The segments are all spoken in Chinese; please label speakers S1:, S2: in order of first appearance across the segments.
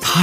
S1: 他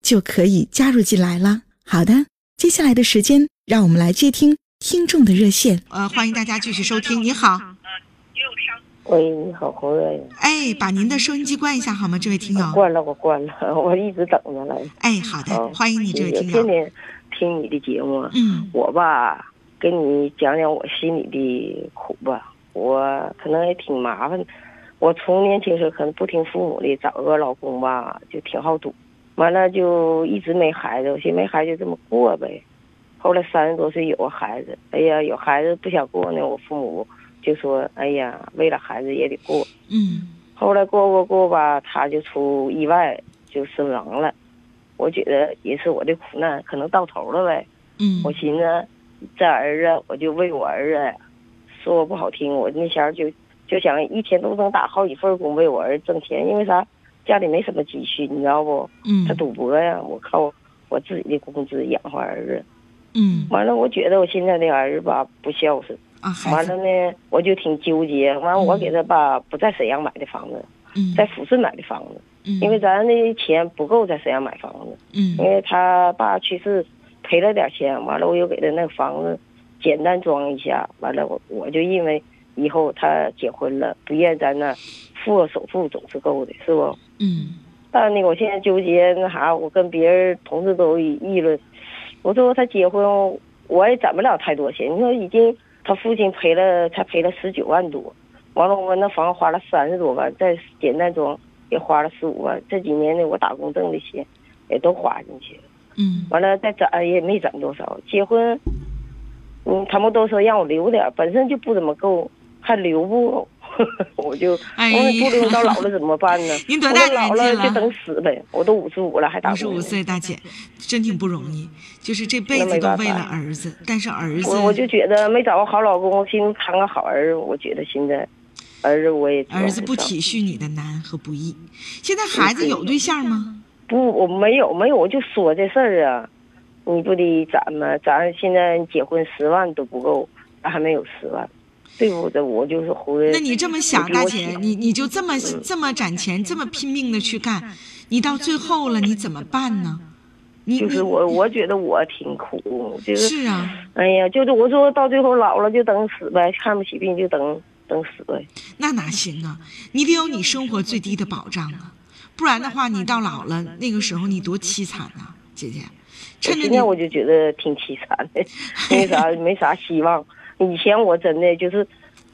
S2: 就可以加入进来了。好的，接下来的时间，让我们来接听听众的热线。
S3: 呃，欢迎大家继续收听。你好，
S4: 喂，你哎好，红瑞。
S3: 哎，把您的收音机关一下好吗，这位听友？
S4: 关了，我关了， 我一直等着来。
S3: 哎，好的，
S4: 哦
S3: 欢迎你，这位
S4: 也
S3: 听
S4: 天
S3: 友。
S4: 天听你的节目，
S3: 嗯
S4: 我吧，给你讲讲我心里的苦吧。我可能也挺麻烦，我从年轻时候可能不听父母的，找个老公吧就挺好赌，完了就一直没孩子，我寻思没孩子就这么过呗。后来三十多岁有个孩子，哎呀，有孩子不想过呢，我父母就说，哎呀，为了孩子也得过。
S3: 嗯
S4: 后来过过过吧，他就出意外就身亡了。我觉得也是我的苦难可能到头了呗。
S3: 嗯
S4: 我寻思，这儿子我就为我儿子，说不好听，我那前儿就就想一天都能打好几份工为我儿子挣钱，因为啥？家里没什么积蓄，你知道不？他
S3: 嗯
S4: 赌博呀，我靠我自己的工资养活儿子。
S3: 嗯
S4: 完了，我觉得我现在的儿子吧不孝顺，
S3: 啊，孩
S4: 完了
S3: 子，
S4: 呢我就挺纠结。完了，我给他吧不在沈阳买的房子，
S3: 嗯
S4: 在抚顺买的房子。
S3: 嗯，
S4: 因为咱那钱不够在沈阳买房子，
S3: 嗯
S4: 因为他爸去世赔了点钱，完了我又给他那个房子简单装一下，完了我我就因为以后他结婚了，不愿在那付个首付总是够的，是不？
S3: 嗯
S4: 但那个我现在纠结那啥，我跟别人同事都议论，我说他结婚我也攒不了太多钱，你说已经他父亲赔了才赔了十九万多，完了我那房花了三十多万，在简单中也花了十五万，这几年呢我打工挣的钱也都花进去了，
S3: 嗯
S4: 完了再攒也没攒多少，结婚，嗯，他们都说让我留点儿，本身就不怎么够，还留不够。我就，
S3: 哎
S4: 我说不留到老了怎么办呢？
S3: 您多大
S4: 我说老
S3: 年纪
S4: 了
S3: 了
S4: 就等死呗，我都五十五了还
S3: 五
S4: 打工。
S3: 十五岁大姐，真挺不容易，就是这辈
S4: 那
S3: 子
S4: 没
S3: 都
S4: 办
S3: 为了
S4: 法
S3: 儿子，但是儿子
S4: 我我就觉得没找个好老公，我寻思谈个好儿子，我觉得现在儿子我也挺
S3: 儿子不
S4: 找
S3: 体恤你的难和不易。现在孩子有对象吗？
S4: 不，我没有没有，我就说这事儿啊，你不得攒吗？咱现在结婚十万都不够，咱还没有十万，对不？这我就是胡人。
S3: 那你这么想，
S4: 我
S3: 大
S4: 我
S3: 姐，你你就这么这么攒钱，这么拼命的去干，你到最后了，你怎么办呢？你
S4: 就是
S3: 你
S4: 我，我觉得我挺苦，就是
S3: 是啊，
S4: 哎呀，就是我说到最后老了就等死呗，看不起病就等等死呗。
S3: 那哪行啊？你得有你生活最低的保障啊，不然的话，你到老了那个时候，你多凄惨呐、姐姐。趁着
S4: 现
S3: 你
S4: 在我就觉得挺凄惨的，没啥没啥希望。以前我真的就是，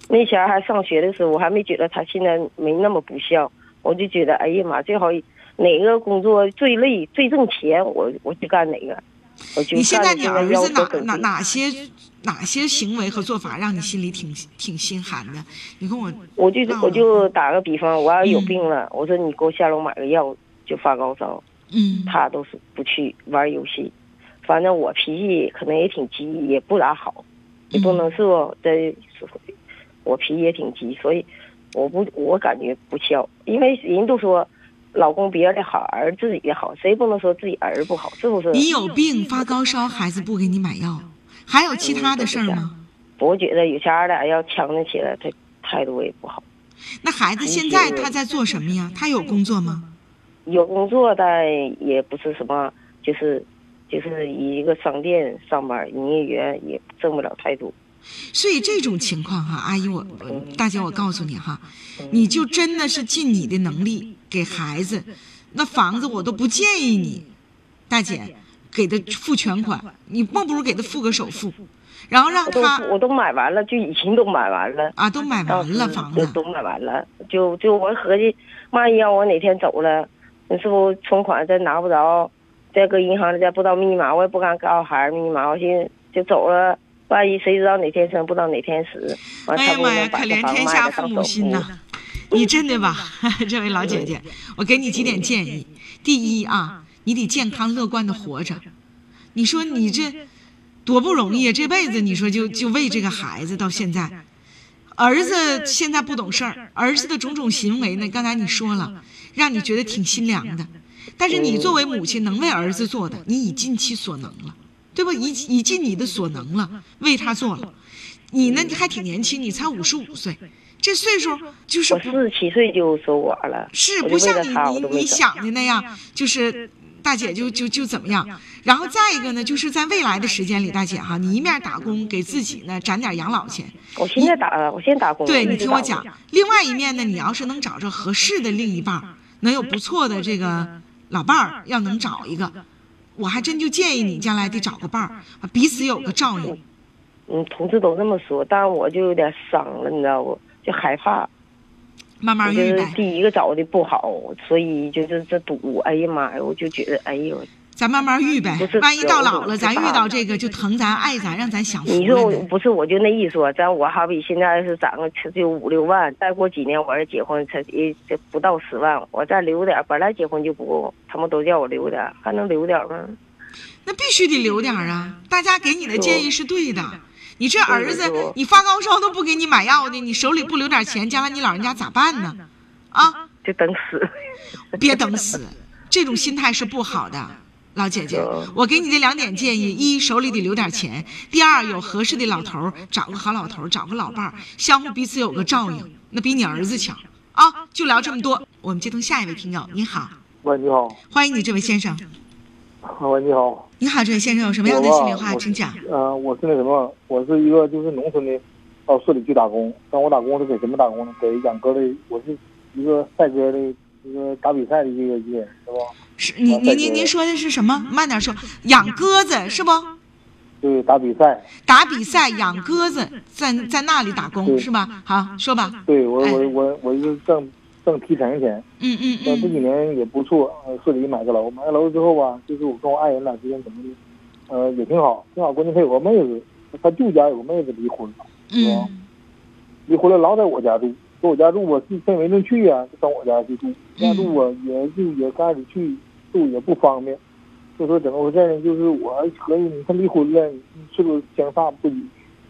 S4: 那前儿还上学的时候，我还没觉得他现在没那么不孝，我就觉得哎呀妈，最好哪个工作最累最挣钱，我我就干哪个。我就
S3: 你现
S4: 干
S3: 在
S4: 了
S3: 你儿
S4: 要
S3: 子哪
S4: 我整
S3: 哪
S4: 地
S3: 哪些哪些行为和做法让你心里挺挺心寒的？你跟我
S4: 我就
S3: 啊
S4: 我就打个比方，我要有
S3: 嗯
S4: 病了，我说你给我下楼买个药，就发高烧。
S3: 嗯
S4: 他都是不去玩游戏。反正我脾气可能也挺急，也不咋好，也
S3: 嗯
S4: 不能说这，我脾气也挺急，所以我不我感觉不孝，因为人都说老公别人的好，儿自己的好，谁不能说自己儿不好，是不是？
S3: 你有病发高烧，孩子不给你买药，还有其他的事儿吗？
S4: 我觉得有钱儿的要强着起来，他态度也不好。
S3: 那孩
S4: 嗯
S3: 子现在他在做什么呀？他有工作吗？
S4: 有工作，但也不是什么，就是就是一个商店上班，营业员也挣不了太多。
S3: 所以这种情况哈、阿姨我我大姐我告诉你哈、
S4: 嗯
S3: 你就真的是尽你的能力给孩子，那房子我都不建议你，大姐给他付全款，你莫不如给他付个首付，然后让
S4: 我都
S3: 他
S4: 我都买完了，就已经都买完了。
S3: 啊都买完了房
S4: 都
S3: 子，
S4: 都买完了，就就我合计，万一要我哪天走了，你是不是存款再拿不着，再搁银行里再不知道密码，我也不敢告孩儿密码，我寻思就走了，万一谁知道哪天生，不知道哪天死，完
S3: 哎呀
S4: 他给我
S3: 妈呀，
S4: 把
S3: 可
S4: 这
S3: 怜
S4: 房
S3: 天
S4: 卖
S3: 下
S4: 了
S3: 父
S4: 当
S3: 母
S4: 首
S3: 心
S4: 付
S3: 呐！你真的吧， 这位老姐姐，我给你几点建议。第一啊，你得健康乐观的活着。你说你这多不容易啊，这辈子你说就就为这个孩子到现在，儿子现在不懂事儿，儿子的种种行为呢，刚才你说了，让你觉得挺心凉的。但是你作为母亲能为儿子做的，你已尽其所能了，对吧？已已尽你的所能了，为他做了。你呢？你还挺年轻，你才五十五岁，这岁数就是
S4: 我
S3: 不
S4: 四十七岁就收娃了，
S3: 是不
S4: 我就为
S3: 像
S4: 了
S3: 你
S4: 他我
S3: 你
S4: 都
S3: 你
S4: 没走
S3: 想的那样，就是大姐就就就怎么样。然后再一个呢，就是在未来的时间里，大姐哈，你一面打工给自己呢攒点养老钱，
S4: 我现在打，呃我现在打工，
S3: 对你
S4: 一直
S3: 听我
S4: 打工
S3: 讲。另外一面呢，你要是能找着合适的另一半儿，能有不错的这个老伴儿，要能找一个，我还真就建议你将来得找个伴儿，啊彼此有个照应。
S4: 嗯，同事都这么说，但我就有点伤了，你知道不？就害怕，
S3: 慢
S4: 我
S3: 慢
S4: 就
S3: 预
S4: 是
S3: 备，
S4: 第一个找的不好，所以就是这赌，哎呀妈呀，我就觉得，哎呦，
S3: 咱慢慢预备
S4: 不是。
S3: 万一到老了，
S4: 我
S3: 咱
S4: 我
S3: 遇到这个就疼咱爱咱，让咱享福
S4: 你说
S3: 了
S4: 我
S3: 呢。
S4: 不是，我就那意思说，咱我好比现在是攒个就五六万，再过几年我儿子结婚才也这不到十万，我再留点儿，本来结婚就不够，他们都叫我留点儿，还能留点儿吗？
S3: 那必须得留点儿啊！大家给你的建议是对的。你这儿子
S4: 对对，
S3: 你发高烧都不给你买药呢，你手里不留点钱，将来你老人家咋办呢？啊，
S4: 就等死。
S3: 别等死，这种心态是不好的。老姐姐，我给你的两点建议：一，手里得留点钱；第二，有合适的老头儿，找个好老头儿，找个老伴儿，相互彼此有个照应，那比你儿子强啊！就聊这么多，我们接通下一位听友。你好，
S5: 喂，你好，
S3: 欢迎你，这位先生。
S5: 啊喂，你好，
S3: 你好，这位先生，有什么样的
S4: 啊
S3: 心里话，请讲。
S5: 呃，我是那什么，我是一个就是农村的，到市里去打工，但我打工是给什么打工呢？给养鸽的，我是一个赛鸽的，一个打比赛的一个一个人，是吧？
S3: 是你
S5: 完
S3: 你
S5: 再
S3: 您
S5: 给
S3: 您
S5: 我
S3: 说的是什么？啊慢点说，养鸽子是不？
S5: 对，打比赛，
S3: 打比赛养鸽子，在在那里打工
S5: 对
S3: 是吧？好，说吧。
S5: 对我
S3: 哎
S5: 我我我是挣挣提成钱，
S3: 嗯嗯
S5: 但这
S3: 嗯
S5: 几年也不错，呃市里买个楼，买个楼之后吧，就是我跟我爱人俩之间怎么的，呃，也挺好，挺好，关键他有个妹子，他舅家有个妹子离婚了。
S3: 嗯
S5: 离婚了老在我家住，搁我家住我自身没地去呀、就上我家去住，
S3: 嗯
S5: 家住我也就也刚开始去住也不方便，就说怎么回事呢？就是我合计你看离婚了，你是不是相差不离？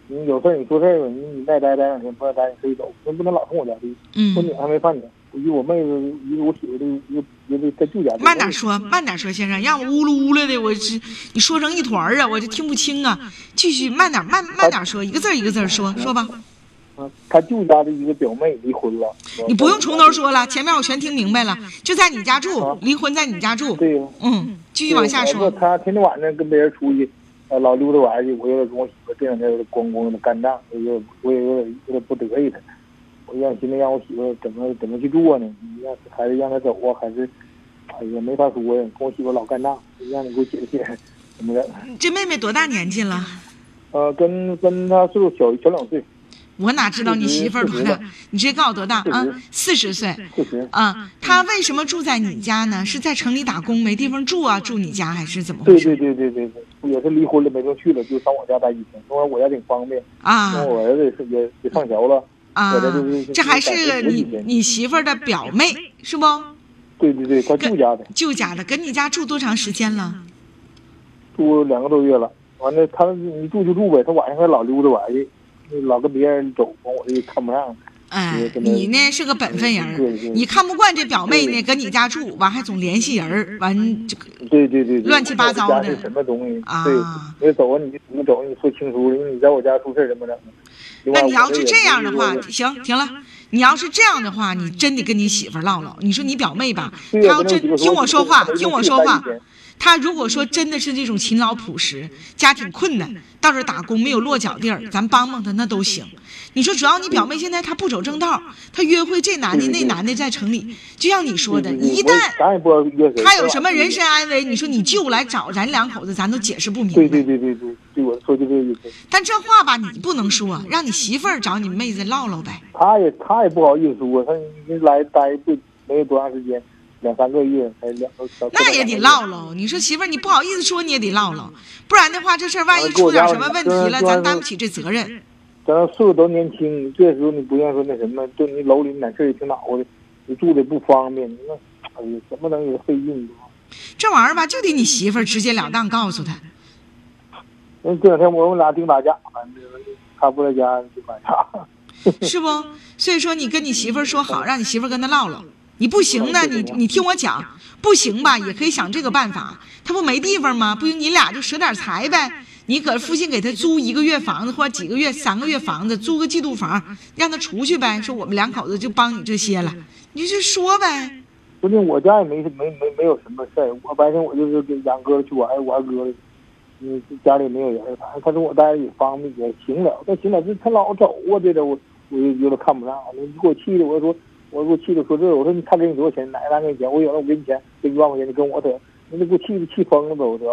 S5: 你有事儿你说事儿吧，你你再待待两天，不再待你可以走，你不能老上我家住。我
S3: 嗯，
S5: 女还没犯呢，以我妹子，以我媳妇的，一个一个在舅家住。
S3: 慢点说，慢点说，先生，让我呜噜呜噜的，我这你说成一团儿啊，我就听不清啊。继续慢点，慢慢点说，一个字儿一个字儿说，说吧。
S5: 嗯。他舅家的一个表妹离婚了。
S3: 你不用从头。说了，前面我全听明白了。就在你家住，离婚在你家住。
S5: 对呀。
S3: 嗯，继续往下
S5: 我
S3: 说。
S5: 他天天晚上跟别人出去，呃，老溜达玩去。我有点跟我媳妇这两天有点咣咣的干仗，我有点我也有点有点不得意他。我让寻思让我媳妇怎么怎么去做呢？你让还是让她走啊？还是哎呀没法说呀，跟我媳妇老干仗，让你给我解释解释怎么的？
S3: 这妹妹多大年纪了？
S5: 呃，跟跟她岁数小小两岁，
S3: 我哪知道你媳妇儿多大？你直接告诉我多大啊？四十岁。
S5: 确实。
S3: 啊，他为什么住在你家呢？是在城里打工没地方住啊？住你家还是怎么回
S5: 对
S3: 事？
S5: 对对对对对，也是离婚了没地方去了，就上我家待几天。因为我家挺方便，因
S3: 啊
S5: 为我儿子也是也也上学了。
S3: 啊
S5: 我这就是，
S3: 这还是
S5: 感觉
S3: 你
S5: 不一
S3: 你媳妇儿的表妹是不？
S5: 对对对，他舅家的。
S3: 舅家的，跟你家住多长时间了？
S5: 住两个多月了。完了，他你住就住呗，他晚上还老溜达玩去，老跟别人走，完我就看不上。
S3: 哎
S5: 对，跟她
S3: 你呢是个本分人
S5: 对
S3: 儿
S5: 对，
S3: 你看不惯这表妹呢，跟你家住，完还总联系人儿，完这个
S5: 对对对对，
S3: 乱七八糟的
S5: 我家是什么东西？
S3: 啊
S5: 对，你走啊，你就怎么走？你说清楚，因为你在我家出事儿怎么整？另
S3: 那
S5: 外
S3: 你要是这样的话
S5: 我这也
S3: 行，停了。你要是这样的话，你真得跟你媳妇儿唠唠。你说你表妹吧，她
S5: 对呀
S3: 要
S5: 我跟
S3: 真
S5: 我媳妇
S3: 听我说话
S5: 我，就
S3: 听我
S5: 是
S3: 说
S5: 白
S3: 话
S5: 天，
S3: 她如果说真的是这种勤劳朴实，家庭困难，到这儿打工没有落脚地儿，咱帮帮她那都行。你说，主要你表妹现在她不走正道，她约会这男的
S5: 对对
S3: 那
S5: 对
S3: 男的在城里，就像你说的，
S5: 对对对
S3: 一
S5: 我也
S3: 旦
S5: 咱也不知道约谁，
S3: 她
S5: 是
S3: 有
S5: 吧
S3: 什么人身？安危，你说你舅来找咱两口子，咱都解释不明白。
S5: 对对对对对对，我说就这个意思。
S3: 但这话吧，你不能说，让你媳妇儿找你妹子唠唠呗。
S5: 他也他也不好意思说，他已经来待不没有多长时间，两三个月，才两
S3: 那也得唠。唠。你说媳妇儿，你不好意思说，你也得唠唠，不然的话，这事儿万一
S5: 哎给
S3: 出
S5: 我
S3: 点
S5: 家
S3: 什么问题了，
S5: 就是
S3: 咱担不起这责任。
S5: 咱俩岁数都年轻，这时候你不愿意说那什么，对你楼里哪事儿也挺恼火的，你住的也不方便，你那哎呀，怎么能也费劲呢？
S3: 这玩意儿吧，就得你媳妇儿直截了当告诉他。
S5: 那这两天我们俩净打架，反正他不在家就打架。
S3: 是不？所以说你跟你媳妇儿说好，让你媳妇儿跟她唠唠。你不行呢，你你听我讲，不行吧，也可以想这个办法。她不没地方吗？不行，你俩就舍点财呗。你搁附近给她租一个月房子，或者几个月、三个月房子，租个季度房，让她出去呗。说我们两口子就帮你这些了，你就说呗。
S5: 关键我家也没没没没有什么事儿，我白天我就是跟杨哥去玩，我二哥，嗯，家里没有人，反正他跟我待着也方便，也行了。但行了，这他老走啊，这个我我就有点看不上了，你给我气的，我说我给我气的说这个，我说你他给你多少钱，哪个单给你钱，我有了我给你钱，给你一万块钱，你跟我得，你这给我气的气疯了都，我都。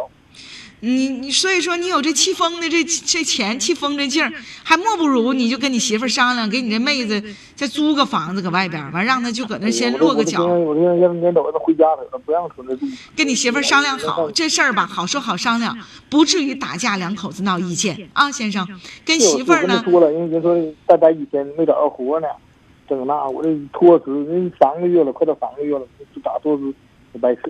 S3: 你你所以说你有这气疯的这这钱气疯这劲儿，还莫不如你就跟你媳妇儿商量，给你这妹子再租个房子搁外边儿，完让她就搁那先落个脚。
S5: 哎我这我这撵走他回家去了，不让搁那住。
S3: 跟你媳妇儿商量好这事儿吧，好说好商量，不至于打架，两口子闹意见啊，先生。跟媳妇儿
S5: 我
S3: 呢
S5: 跟他，说了，人家说再待一天没找着活呢，整那我这拖死，人三个月了，快到三个月了，就咋拖死也白扯。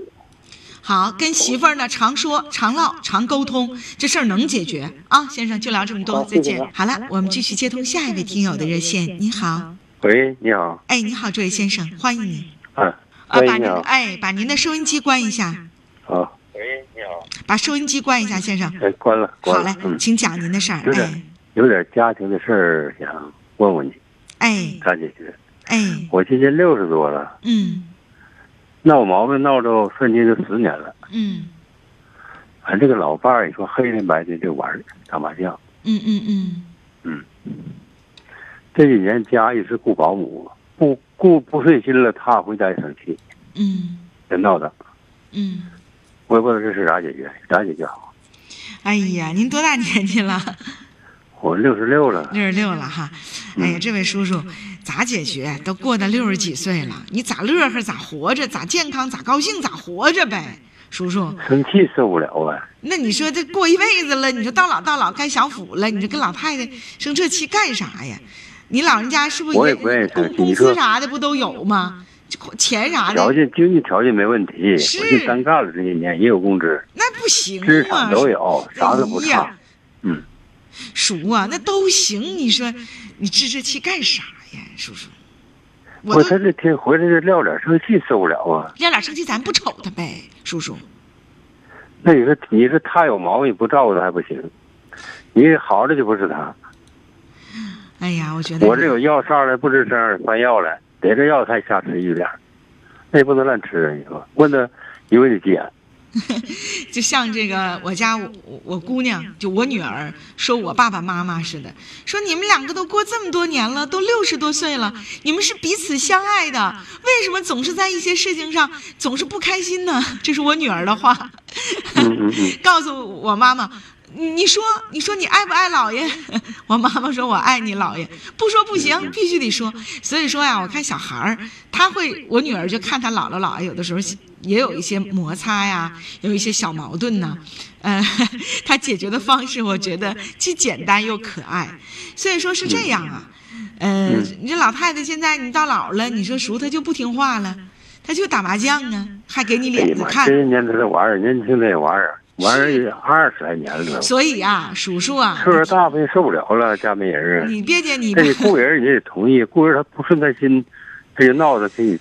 S3: 好，啊跟媳妇儿呢常说
S6: 嗯
S3: 常唠常沟通，这事儿能解决啊，先生。就聊这么多，
S5: 好
S3: 再
S5: 谢谢
S3: 见
S5: 啊。
S3: 好
S7: 好
S3: 了
S7: 了，，
S3: 我
S7: 我
S3: 们
S7: 们
S3: 继
S7: 继
S3: 续
S7: 续
S3: 接
S7: 接
S3: 通
S7: 通
S3: 下
S7: 下
S3: 一
S7: 一
S3: 位
S7: 位
S3: 听
S7: 听
S3: 友
S7: 友的
S3: 的热
S7: 热
S3: 线。
S7: 线。
S3: 你
S7: 你
S3: 好
S7: 好，，
S6: 喂，你好，
S3: 哎，你好，这位先生，欢迎您。
S6: 嗯，
S3: 呃，
S6: 喂
S3: 把您
S6: 你好
S3: 哎，把您的收音机关一下，
S6: 好。喂，你好。
S3: 把收音机关一下，先生。
S6: 哎，关了，
S3: 好
S6: 关
S3: 嘞
S6: 了。嗯，，
S3: 请讲您的事儿
S6: 有。点
S3: 哎，
S6: 有点家庭的事儿想问问你，
S3: 哎，
S6: 咋解决？
S3: 哎，
S6: 我今年六十多了，
S3: 嗯
S6: 闹毛病闹着瞬间就十年了。
S3: 嗯
S6: 俺这个老伴儿，你说黑天白天就玩儿打麻将，
S3: 嗯嗯嗯
S6: 这几年家一直雇保姆，不雇不顺心了，他回家也生气，
S3: 嗯
S6: 也闹腾。
S3: 嗯。
S6: 我也不知道这事咋解决，咋解决好？
S3: 哎呀，您多大年纪了？
S6: 我六十六了，
S3: 六十六了哈。哎呀，这位叔叔，咋解决？都过到六十几岁了，你咋乐呵咋活着？咋健康咋高兴咋活着呗？叔叔，
S6: 生气受不了啊。
S3: 那你说这过一辈子了，你说到老到老该享福了，你这跟老太太生这气干啥呀？你老人家是不是
S6: 我也不愿意生
S3: 公
S6: 气
S3: 公
S6: 你
S3: 司
S6: 说
S3: 啥的不都有吗？这钱啥
S6: 条
S3: 的
S6: 件经济条件没问题，
S3: 是
S6: 我就单干了这些年也有工资，
S3: 那不行
S6: 资
S3: 啊
S6: 产，都有，啥都不
S3: 哎呀
S6: 差。嗯，
S3: 叔啊，那都行。你说你置这气干啥呀，叔叔？我
S6: 不
S3: 都
S6: 是他这天回来这撂脸生气受不了啊！
S3: 要俩生气，咱不瞅他呗，叔叔。
S6: 那你说你说他有毛病不照顾他还不行，你好着就不是他。
S3: 哎呀，我觉得
S6: 我这有药上来不吱声，翻药了，得这药才下吃一点儿，那也不能乱吃啊！你说问他，一问就急眼。
S3: 就像这个我家我我我姑娘，就我女儿说我爸爸妈妈似的，说你们两个都过这么多年了，都六十多岁了，你们是彼此相爱的，为什么总是在一些事情上总是不开心呢？这是我女儿的话。
S6: 嗯嗯嗯，
S3: 告诉我妈妈，你你说你说你爱不爱姥爷？我妈妈说我爱你姥爷，不说不行，必须得说。所以说呀，我看小孩儿，他会，我女儿就看她姥姥姥爷有的时候也有一些摩擦呀，有一些小矛盾呐。呃，他解决的方式我觉得既简单又可爱，所以说是这样啊。呃，你这老太太现在你到老了，你说叔她就不听话了，她就打麻将啊，还给你
S6: 哎呀
S3: 脸子
S6: 妈，
S3: 看
S6: 这。些年他这玩意儿，年轻的也玩意儿，玩儿二十来年了都，岁
S3: 所以呀、叔叔啊，
S6: 数大不也受不了了，家没人啊。
S3: 你别介，你吧
S6: 那你雇人你也得同意，雇人他不顺他心，他就闹他，他也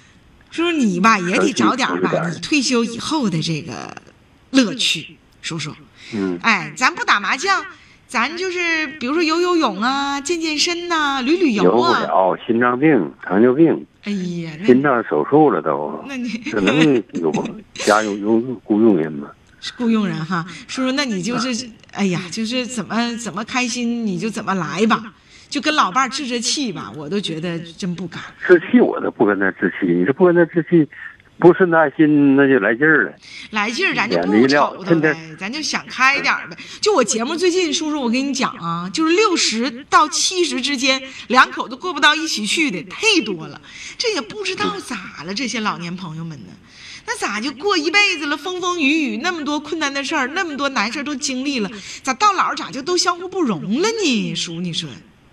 S3: 叔叔你吧也得找点儿
S6: 有点
S3: 吧，
S6: 儿
S3: 你退休以后的这个乐趣，叔叔。
S6: 嗯
S8: 哎
S3: 哎，咱不打麻将，
S8: 咱就是比如说游游泳啊，健健身呐、旅旅
S6: 游
S8: 游
S6: 不
S8: 啊。
S6: 了，心脏病、糖尿病，
S8: 哎呀，那
S6: 心脏手术了都，
S8: 那你
S6: 这能有吗？家用用雇佣人吗？
S8: 是雇佣人哈，叔叔，那你就是，哎呀，就是怎么怎么开心你就怎么来吧，就跟老伴儿置置气吧，我都觉得真不敢。
S6: 置气我都不跟他置气，你这不跟他置气，不顺他心那就来劲儿了。
S8: 来劲儿，咱就
S6: 眼
S8: 不
S6: 力量
S8: 瞅他
S6: 真的
S8: 呗，咱就想开点儿呗。就我节目最近，叔叔，我跟你讲啊，就是六十到七十之间，两口子过不到一起去的太多了。这也不知道咋了，这些老年朋友们呢，那咋就过一辈子了？风风雨雨，那么多困难的事儿，那么多难事儿都经历了，咋到老儿咋就都相互不容了呢？叔，你说，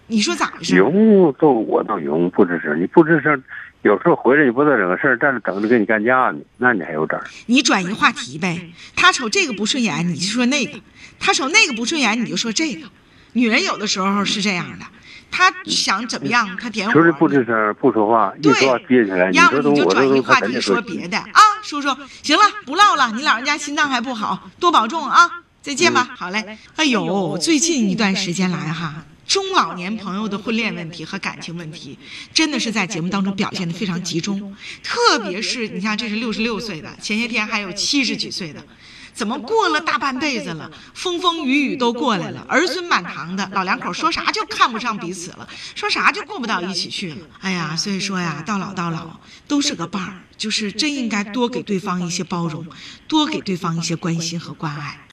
S8: 你说咋回事？
S6: 容都我都容不吱声，你不吱声，有时候回来你不知道整个事儿，站着等着跟你干架呢，那你还有整儿？
S8: 你转移话题呗。他瞅这个不顺眼，你就说那个；他瞅那个不顺眼，你就说这个。女人有的时候是这样的，她想怎么样，她点火，
S6: 就是不吱声不说话，一
S8: 对
S6: 说话憋起来，哎你
S8: 要
S6: 说
S8: 么
S6: 都
S8: 你就
S6: 我
S8: 转
S6: 都
S8: 移
S6: 都
S8: 话
S6: 他赶
S8: 题
S6: 紧
S8: 说别的啊。叔叔，行了，不唠了，你老人家心脏还不好，多保重啊，再见吧。
S6: 嗯
S8: 好嘞。哎呦，最近一段时间来哈。中老年朋友的婚恋问题和感情问题，真的是在节目当中表现的非常集中，特别是你像这是六十六岁的，前些天还有七十几岁的，怎么过了大半辈子了，风风雨雨都过来了，儿孙满堂的，老两口说啥就看不上彼此了，说啥就过不到一起去了。哎呀，所以说呀，到老到老都是个伴儿，就是真应该多给对方一些包容，多给对方一些关心和关爱。